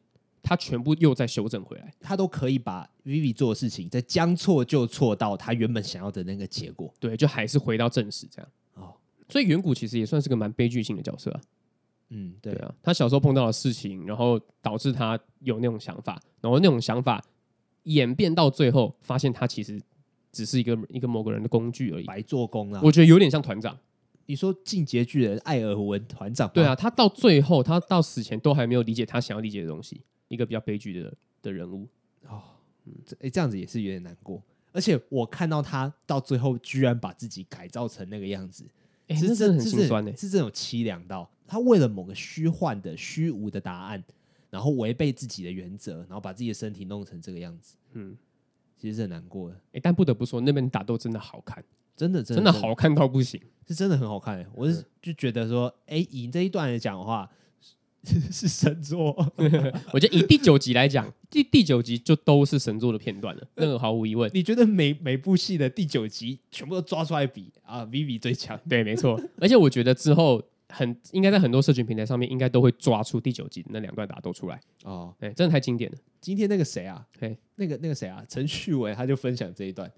B: 他全部又再修正回来。
A: 他都可以把 Vivi 做的事情再将错就错到他原本想要的那个结果
B: 对，就还是回到正史这样。
A: 哦。
B: 所以远古其实也算是个蛮悲剧性的角色啊。
A: 嗯，
B: 对
A: 对，
B: 啊，他小时候碰到的事情，然后导致他有那种想法，然后那种想法演变到最后，发现他其实只是一个一个某个人的工具而已。
A: 白做工啦。
B: 我觉得有点像团长。
A: 你说进阶巨人艾尔文团长吗，
B: 对啊，他到最后，他到死前都还没有理解他想要理解的东西，一个比较悲剧的的人物。
A: 这，诶这样子也是有点难过。而且我看到他到最后居然把自己改造成那个样子，
B: 哎、
A: 是
B: 那真的很心酸呢、
A: 是这种凄凉到他为了某个虚幻的、虚无的答案，然后违背自己的原则，然后把自己的身体弄成这个样子，
B: 嗯，
A: 其实是很难过的，
B: 哎、但不得不说，那边打斗真的好看，
A: 真的，真
B: 真
A: 的
B: 的，好看到不行。
A: 是真的很好看、欸。我是就觉得说，哎、以这一段来讲的话，是 是神 作。
B: 我觉得以第九集来讲，第第九集就都是神作的片段了，那个毫无疑问。
A: 你觉得每每部戏的第九集全部都抓出来比啊，Vivi 最强？
B: 对，没错。而且我觉得之后很应该在很多社群平台上面，应该都会抓出第九集那两段打斗出来。
A: 哦，
B: 哎、真的太经典了。
A: 今天那个谁啊，
B: 嘿
A: 那个那个谁啊，陈旭伟他就分享这一段，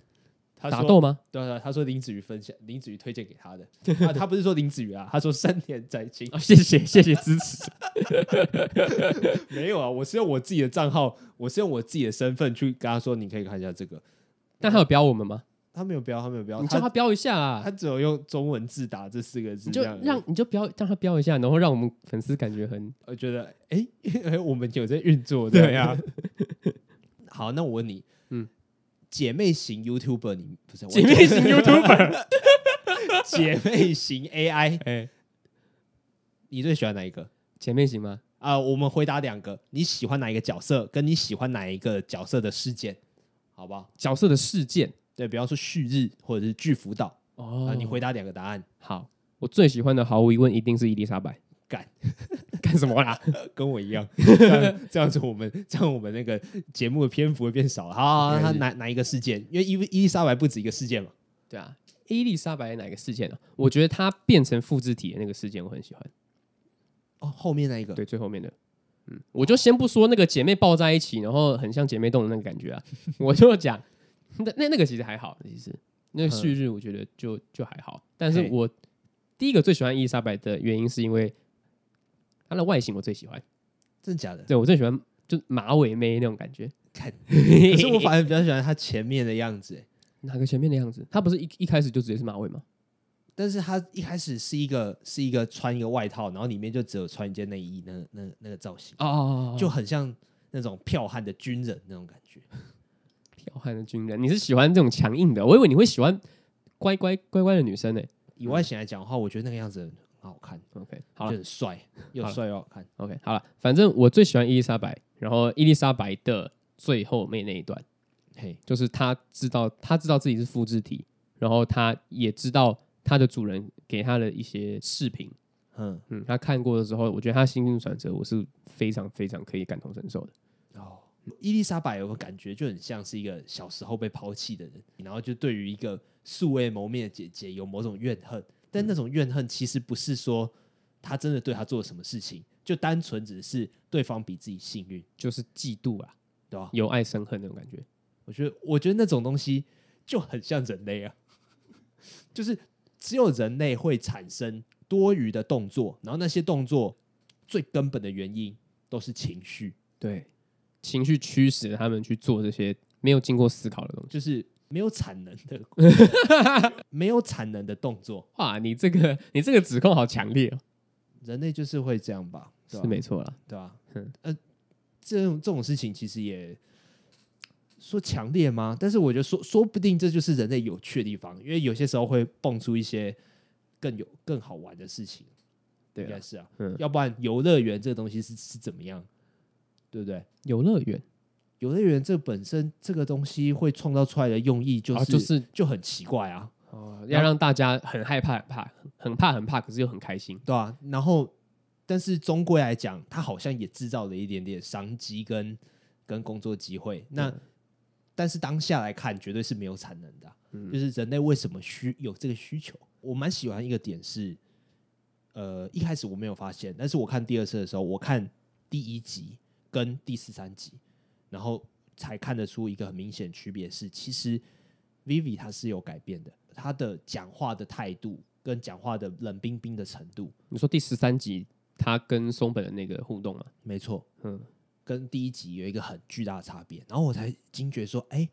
A: 他
B: 打
A: 说
B: 斗吗？
A: 对啊对啊，他说林子瑜分享，林子瑜推荐给他的， 他他不是说林子瑜啊，他说山田在清
B: 啊、谢谢谢谢支持。
A: 没有啊，我是用我自己的账号，我是用我自己的身份去跟他说，你可以看一下这个，
B: 但他有标我们吗？
A: 他没有标，他没有标，
B: 你叫
A: 他
B: 他标一下啊
A: 他，只有用中文字打这四个字，
B: 你就
A: 这样而已
B: 让你就标让他标一下，然后让我们粉丝感觉很
A: 我觉得，哎、诶我们有在运作，
B: 对啊
A: 呀。 好，那我问你，嗯
B: 嗯，
A: 姐妹型 YouTuber，你不是我
B: 姐妹型 YouTuber。
A: 姐妹型 AI，
B: 哎，
A: 你最喜欢哪一个？
B: 姐妹型吗？
A: 啊、我们回答两个，你喜欢哪一个角色，跟你喜欢哪一个角色的事件，好不好？
B: 角色的事件
A: 对，比方说旭日或者是巨福岛啊、
B: 哦
A: 你回答两个答案，
B: 好。我最喜欢的毫无疑问一定是伊丽莎白。
A: 干
B: 干什么啦？
A: 呃跟我一 样，这样这样子我们这样我们那个节目的篇幅会变少了。好好，好
B: 应该
A: 那
B: 是
A: 哪哪一个事件？因为伊伊丽莎白不止一个事件嘛。
B: 对啊，伊丽莎白哪个事件呢、啊我觉得她变成复制体的那个事件我很喜欢。
A: 哦，后面那一个，
B: 对，最后面的。嗯，我就先不说那个姐妹抱在一起，然后很像姐妹洞的那个感觉啊，我就讲那那那个其实还好，其实那个旭日我觉得就就还好，但是
A: 嘿
B: 我第一个最喜欢伊丽莎白的原因是因为她的外形我最喜欢，
A: 真的假的？
B: 对我最喜欢就马尾妹那种感觉，
A: 看，可
B: 可
A: 是我反而比较喜欢他前面的样子欸，
B: 哪个前面的样子，她不是一一开始就直接是马尾吗？
A: 但是他一开始是一个是一个穿一个外套，然后里面就只有穿一件内衣，那那那个造型
B: 哦哦，
A: 就很像那种剽悍的军人那种感觉。
B: 彪悍的军人，你是喜欢这种强硬的？我以为你会喜欢乖乖乖乖的女生呢、
A: 以外形来讲的话，我觉得那个样子很好看，
B: OK，好
A: 就
B: 了，
A: 很帅，又
B: 好了
A: 帅又好看。
B: OK，好了，反正我最喜欢伊丽莎白，然后伊丽莎白的最后面那一段，
A: 嘿，
B: 就是她知道她知道自己是复制体，然后她也知道她的主人给她的一些视频，
A: 嗯，
B: 嗯，她看过的时候，我觉得她的心境转折，我是非常非常可以感同身受的。
A: 哦，伊丽莎白有个感觉就很像是一个小时候被抛弃的人，然后就对于一个素未谋面的姐姐有某种怨恨，
B: 嗯
A: 但那种怨恨其实不是说她真的对她做了什么事情，就单纯只是对方比自己幸运，
B: 就是嫉妒啊，
A: 对吧？
B: 由爱生恨那种感觉。
A: 我觉得，我觉得那种东西就很像人类啊， 就是只有人类会产生多余的动作，然后那些动作最根本的原因都是情绪，
B: 对，情绪驱使他们去做这些没有经过思考的东西。
A: 就是没有产能的， 没有产能的动作，
B: 哇，你这个你这个指控好强烈哦，
A: 人类就是会这样吧？对啊吧？
B: 是没错啦。
A: 对吧
B: 嗯？
A: 呃，这种这种事情其实也说强烈吗？但是我觉得说说不定这就是人类有趣的地方，因为有些时候会蹦出一些更有更好玩的事情，
B: 对
A: 应该
B: 啊，
A: 是啊。
B: 嗯
A: 要不然游乐园这个东西是是怎么样，对不对？
B: 游乐园
A: 游乐园这本身这个东西会创造出来的用意就是、
B: 啊就是
A: 就很奇怪啊。
B: 哦，要让大家很害怕、很怕、很怕、很怕，可是又很开心。
A: 对啊，然后但是终归来讲，它好像也制造了一点点商机跟跟工作机会。那、
B: 嗯
A: 但是当下来看，绝对是没有产能的啊、
B: 嗯
A: 就是人类为什么需有这个需求？我蛮喜欢一个点是，呃，一开始我没有发现，但是我看第二次的时候，我看第一集跟第十三集，然后才看得出一个很明显的区别是，其实 Vivi 她是有改变的，她的讲话的态度跟讲话的冷冰冰的程度，
B: 你说第十三集他跟松本的那个互动嘛？
A: 没错，
B: 嗯，
A: 跟第一集有一个很巨大的差别，然后我才惊觉说，哎、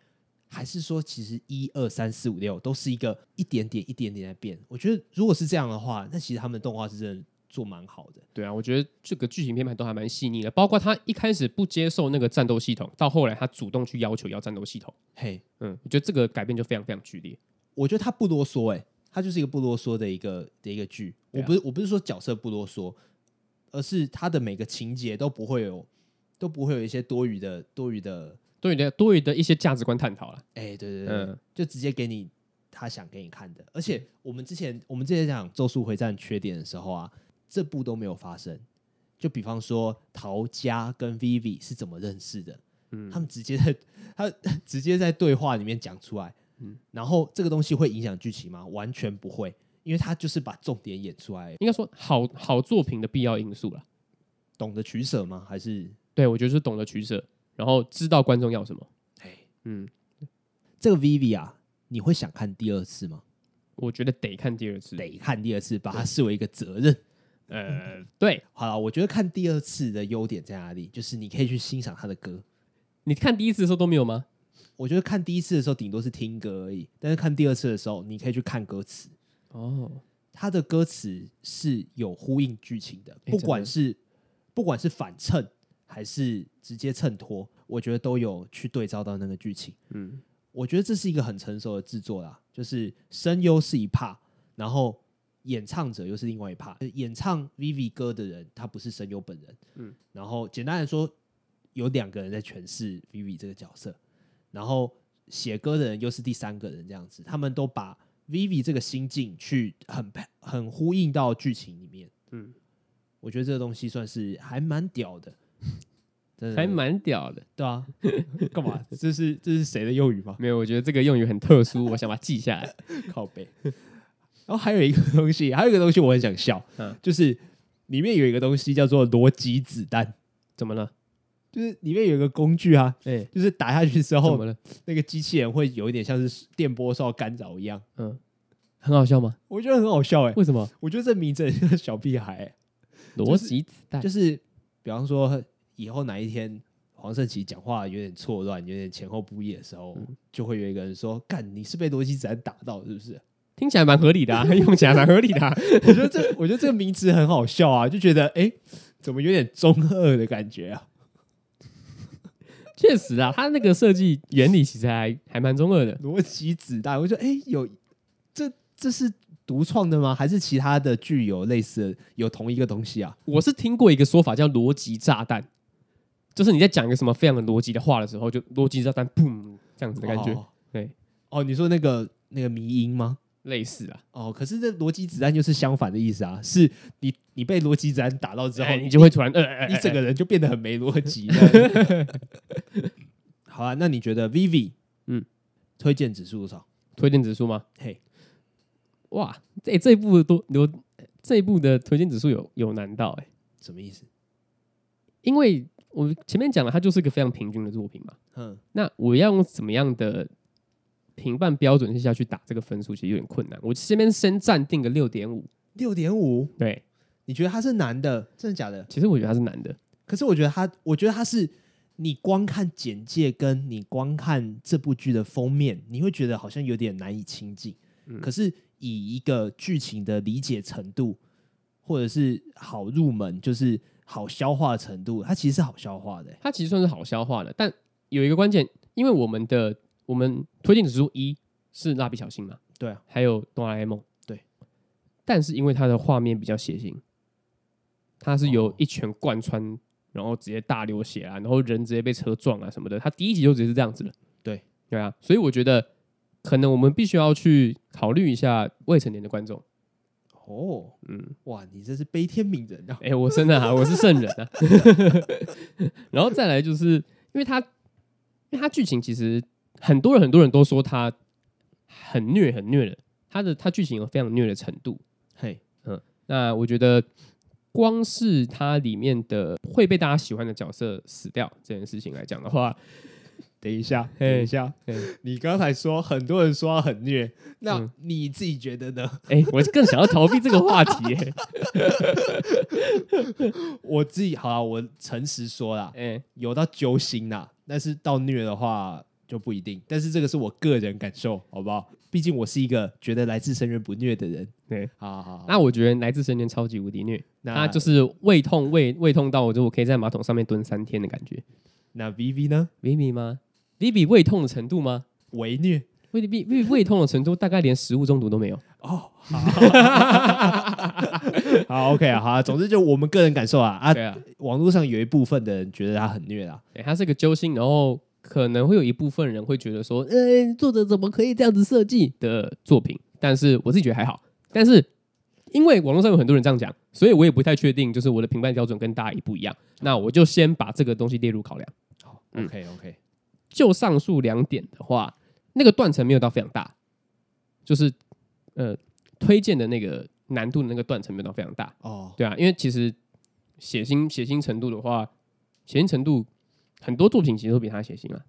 A: 还是说其实一二三四五六都是一个一点点一点点在变。我觉得如果是这样的话，那其实他们的动画是真的做蛮好的。
B: 对啊，我觉得这个剧情编排都还蛮细腻的，包括他一开始不接受那个战斗系统，到后来他主动去要求要战斗系统。
A: 嘿、
B: 嗯，我觉得这个改变就非常非常剧烈。
A: 我觉得他不啰嗦、哎，他就是一个不啰嗦的一个的一个剧。我
B: 对啊
A: 不是我不是说角色不啰嗦，而是他的每个情节都不会有都不会有一些多余的多余的，
B: 多余的多余的一些价值观探讨了。
A: 哎、对对对，
B: 嗯，
A: 就直接给你他想给你看的。而且我们之前我们之前讲《咒术回战》缺点的时候啊，这部都没有发生。就比方说陶家跟 Vivi 是怎么认识的，他们直接在他直接在对话里面讲出来，然后这个东西会影响剧情吗？完全不会，因为他就是把重点演出来，
B: 应该说好好作品的必要因素了。
A: 懂得取舍吗？还是
B: 对，我觉得是懂得取舍，然后知道观众要什么。
A: 哎，
B: 嗯，
A: 这个 Vivi 啊，你会想看第二次吗？
B: 我觉得得看第二次。
A: 得看第二次，把它视为一个责任。
B: 呃，对，
A: 好了，我觉得看第二次的优点在哪里，就是你可以去欣赏他的歌。
B: 你看第一次的时候都没有吗？
A: 我觉得看第一次的时候顶多是听歌而已，但是看第二次的时候，你可以去看歌词，
B: 哦，
A: 它的歌词是有呼应剧情的，
B: 诶
A: 不
B: 真
A: 管
B: 的
A: 是不管是反衬还是直接衬托，我觉得都有去对照到那个剧情。
B: 嗯，
A: 我觉得这是一个很成熟的制作啦，就是声优是一帕，然后演唱者又是另外一帕。演唱 Vivi 歌的人，他不是声优本人，嗯，然后简单来说，有两个人在诠释 Vivi 这个角色，然后写歌的人又是第三个人，这样子，他们都把 Vivi 这个心境去很配很呼应到剧情里面，
B: 嗯
A: 嗯，我觉得这个东西算是还蛮屌的，真的
B: 还蛮屌的。
A: 对啊，干嘛？这是这是谁的用语吗？
B: 没有，我觉得这个用语很特殊，我想把它记下来。
A: 靠背。然后还有一个东西， 还有一个东西我很想笑，
B: 嗯
A: 就是里面有一个东西叫做逻辑子弹，
B: 怎么了？
A: 就是里面有一个工具啊，
B: 哎、
A: 就是打下去之
B: 怎
A: 后
B: 么，了？
A: 那个机器人会有一点像是电波受到干扰一样，
B: 嗯，很好笑吗？
A: 我觉得很好笑哎、
B: 为什么？
A: 我觉得这名字很像小屁孩、欸，
B: 逻辑子弹、
A: 就是比方说以后哪一天。黄圣琪讲话有点错乱，有点前后不一的时候，
B: 嗯
A: 就会有一个人说：“干，你是被逻辑子弹打到是不是？”
B: 听起来蛮合理的、啊， 用起来蛮合理的、啊。
A: 我觉得这， 我觉得这个名词很好笑啊，就觉得哎、诶怎么有点中二的感觉啊？
B: 确实啊，它那个设计原理其实还还蛮中二的。
A: 逻辑子弹，我觉得哎、诶有这这是独创的吗？还是其他的剧有类似的有同一个东西啊？
B: 我是听过一个说法叫逻辑炸弹，就是你在讲一个什么非常的逻辑的话的时候，就逻辑炸弹砰这样子的感觉，
A: 哦
B: 对，
A: 哦，你说那个那个迷音吗？
B: 类似啊。
A: 哦，可是这逻辑子弹就是相反的意思啊，是你你被逻辑子弹打到之
B: 然
A: 后，
B: 后你就会突然呃，呃
A: 你整个人就变得很没逻辑。哎 好啊，那你觉得 Vivi
B: 嗯
A: 推荐指数多少？
B: 推荐指数吗？
A: 嘿，
B: 哇，这、这一部多有这一部的推荐指数有有难到哎、
A: 什么意思？
B: 因为我前面讲了，它就是一个非常平均的作品嘛。
A: 嗯，
B: 那我要用怎么样的评判标准下去打这个分数，其实有点困难。我这边先暂定个六点五，
A: 六点五。
B: 对，
A: 你觉得他是男的，真的假的？
B: 其实我觉得它是男的，
A: 可是我觉得他，我觉得他是你光看简介跟你光看这部剧的封面，你会觉得好像有点难以亲近。可是以一个剧情的理解程度，或者是好入门，就是好消化的程度，它其实是好消化的、欸
B: 它其实算是好消化的。但有一个关键，因为我们的我们推荐指数一是蜡笔小新嘛，
A: 对啊，
B: 还有哆啦 A 梦，
A: 对。
B: 但是因为它的画面比较血腥，它是
A: 哦
B: 由一拳贯穿，然后直接大流血啊，然后人直接被车撞啊什么的。它第一集就直接是这样子了。
A: 对，
B: 对啊，所以我觉得可能我们必须要去考虑一下未成年的观众。
A: 哦，
B: 嗯，
A: 哇，你这是悲天悯人 啊！
B: 哎、我真的啊，我是圣人啊。 然后再来就是，因为它，因为它剧情其实很多人很多人都说它很虐很虐的，它的它剧情有非常虐的程度。
A: 嘿，
B: 那我觉得，光是它里面的会被大家喜欢的角色死掉这件事情来讲的话，
A: 等一下，
B: 嘿
A: 等一下，
B: 嘿
A: 你刚才说很多人说他很虐，那
B: 嗯
A: 你自己觉得呢？
B: 哎、我更想要逃避这个话题、欸。
A: 我自己好啊，我诚实说啦，
B: 哎、
A: 有到揪心呐、但是到虐的话就不一定。但是这个是我个人感受，好不好？毕竟我是一个觉得来自深渊不虐的人。
B: 对，
A: 好啊好好，
B: 那我觉得来自深渊超级无敌虐，
A: 那
B: 他就是胃痛胃胃痛到我觉得我可以在马桶上面蹲三天的感觉。
A: 那 Vivi 呢？
B: Vivi 吗？Vivi 胃痛的程度吗
A: 为 虐
B: ？Vivi Vivi 胃痛的程度大概连食物中毒都没有。
A: 哦，好好 OK 啊，好啊总之就我们个人感受啊啊，
B: 对啊，欸
A: 网络上有一部分的人觉得他很虐啦，
B: 对，他是个揪心，然后可能会有一部分人会觉得说，呃，作者怎么可以这样子设计的作品？但是我自己觉得还好。但是因为网络上有很多人这样讲，所以我也不太确定，就是我的评判标准跟大家一不一样。那我就先把这个东西列入考量。
A: 好
B: 嗯
A: ，OK OK，
B: 就上述两点的话，那个断层没有到非常大，就是呃推荐的那个难度的那个断层没有到非常大。
A: 哦，
B: 对啊，因为其实血腥血腥程度的话，血腥程度很多作品其实都比它血腥啊，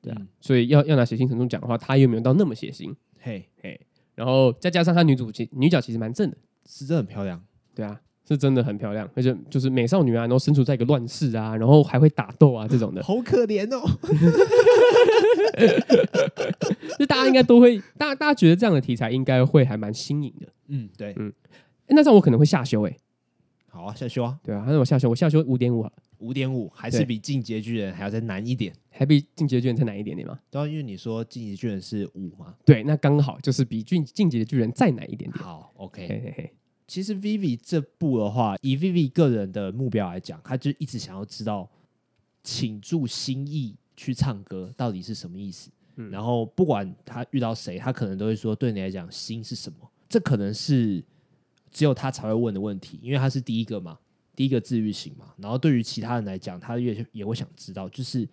B: 对啊，
A: 嗯
B: 所以要要拿血腥程度讲的话，它又没有到那么血腥，
A: 嘿，
B: 嘿，然后再加上它女主其女角其实蛮正的，
A: 是真的很漂亮，
B: 对啊，是真的很漂亮，而且就是美少女啊，然后身处在一个乱世啊，然后还会打斗啊这种的，
A: 好可怜哦。
B: 就大家应该都会，大大家觉得这样的题材应该会还蛮新颖的。
A: 嗯，对，
B: 诶那这样我可能会下修哎、
A: 好啊，下修啊，
B: 对啊，那我下修，我下修五点五，
A: 五点五还是
B: 对
A: 比进阶巨人还要再难一点。
B: 还比进阶巨人再难一点点嘛？
A: 对啊，因为你说进阶巨人是五嘛。
B: 对，那刚好就是比进进阶巨人再难一点点。
A: 好，OK，
B: 嘿嘿嘿，
A: 其实 Vivi 这部的话，以 Vivi 个人的目标来讲，他就一直想要知道倾注心意去唱歌到底是什么意思。
B: 嗯
A: 然后不管他遇到谁，他可能都会说，对你来讲，心是什么？这可能是只有他才会问的问题，因为他是第一个嘛，第一个治愈型嘛。然后对于其他人来讲，他也也会想知道，就是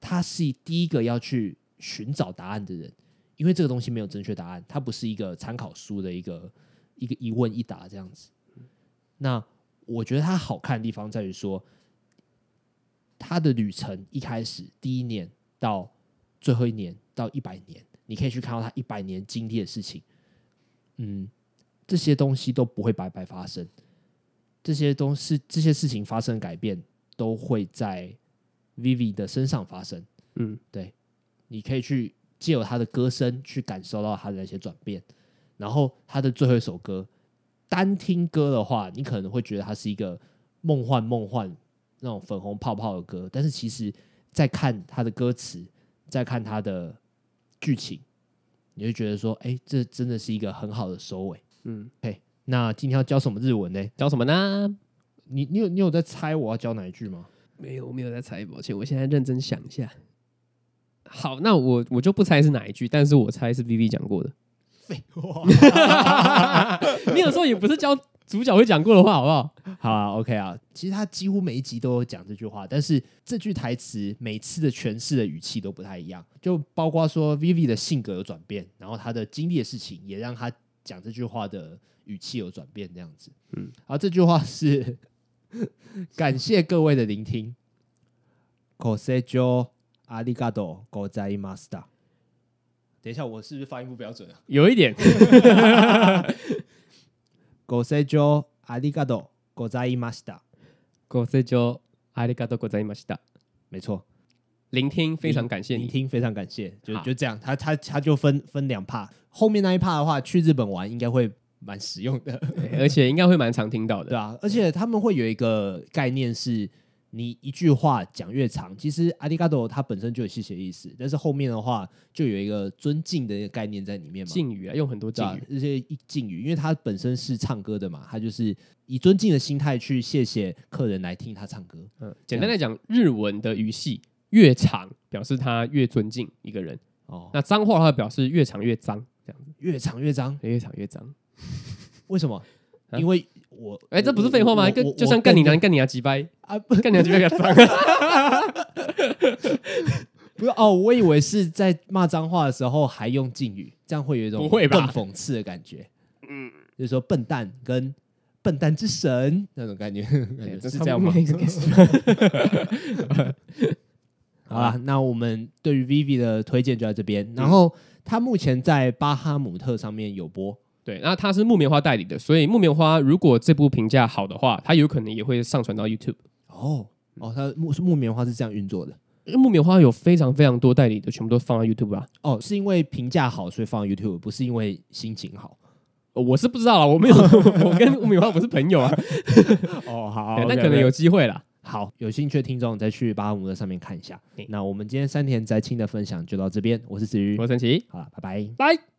A: 他是第一个要去寻找答案的人，因为这个东西没有正确答案，它不是一个参考书的一个一个一问一答这样子。那我觉得它好看的地方在于说，它的旅程一开始第一年到最后一年到一百年，你可以去看到他一百年经历的事情。嗯，这些东西都不会白白发生，这些东西这些事情发生改变都会在 Vivi 的身上发生。
B: 嗯，
A: 你可以去借由他的歌声去感受到他的那些转变。然后他的最后一首歌，单听歌的话，你可能会觉得它是一个梦幻梦幻那种粉红泡泡的歌，但是其实再看他的歌词，再看他的剧情，你就觉得说，哎，这真的是一个很好的收尾。
B: 嗯，
A: 嘿，那今天要教什么日文呢？
B: 教什么呢？
A: 你你有你有在猜我要教哪一句吗？
B: 没有，我没有在猜，抱歉，我现在认真想一下。好，那我我就不猜是哪一句，但是我猜是 Vivi 讲 过的。
A: 废 话。
B: 你有时候也不是教主角会讲过的话，好不好？
A: 好啊，OK 啊，其实他几乎每一集都有讲这句话，但是这句台词每次的诠释的语气都不太一样，就包括说 Vivi 的性格有转变，然后他的经历的事情也让他讲这句话的语气有转变，这样子。嗯
B: 嗯，
A: 好，这句话是感谢各位的聆听。ご清聴ありがとうございました。等一下，我是不是发音不标准啊？
B: 有一点，
A: ご清聴ありがとうございました。
B: ご清聴ありがとうございました。
A: 没错。
B: 聆听，非常感谢
A: 聆
B: 你。
A: 听，非常感谢，就
B: 好
A: 就这样，他他他就分分两 part，后面那一 part 的话，去日本玩应该会蛮实用的，
B: 对而且应该会蛮常听到
A: 对
B: 的。
A: 啊，而且他们会有一个概念是，你一句话讲越长，其实阿里嘎多它本身就有谢谢意思，但是后面的话就有一个尊敬的一个概念在里面嘛。
B: 敬语啊，用很多敬
A: 对啊
B: 语。，
A: 这些一敬语，因为他本身是唱歌的嘛，他就是以尊敬的心态去谢谢客人来听他唱歌。
B: 嗯，简单来讲，日文的语系越长，表示他越尊敬一个人；
A: 哦，
B: 那脏话的话，表示越长越脏，这样子
A: 越长越脏，
B: 越长越脏。
A: 为什么？
B: 啊
A: 因为我
B: 哎，这不是废话
A: 我
B: 吗？
A: 我
B: 跟
A: 我
B: 就像
A: 更
B: 干你娘、干你娘鸡掰、
A: 啊，不
B: 干你娘鸡掰给他脏。
A: 不是哦，我以为是在骂脏话的时候还用敬语，这样会有一种
B: 不会吧
A: 更讽刺的感觉。嗯，就是说笨蛋跟笨蛋之神那种感觉，
B: 哎
A: 感 觉是这样吗？好啦，那我们对于 Vivi 的推荐就在这边。然后他目前在巴哈姆特上面有播，
B: 对，那它是木棉花代理的，所以木棉花如果这部评价好的话，它有可能也会上传到 YouTube。
A: 哦哦，他木木棉花是这样运作的。
B: 因为木棉花有非常非常多代理的，全部都放到 YouTube 啊。
A: 哦，是因为评价好所以放 YouTube，不是因为心情好。
B: 呃我是不知道啦，我没有， 我跟木棉花不是朋友啊，
A: 哦， 好
B: 对那可能有机会啦。
A: 好，有兴趣的听众再去巴哈姆特上面看一下
B: 对。
A: 那我们今天山田宅青的分享就到这边，我是子瑜，
B: 我神奇，
A: 好了，拜拜。
B: 拜。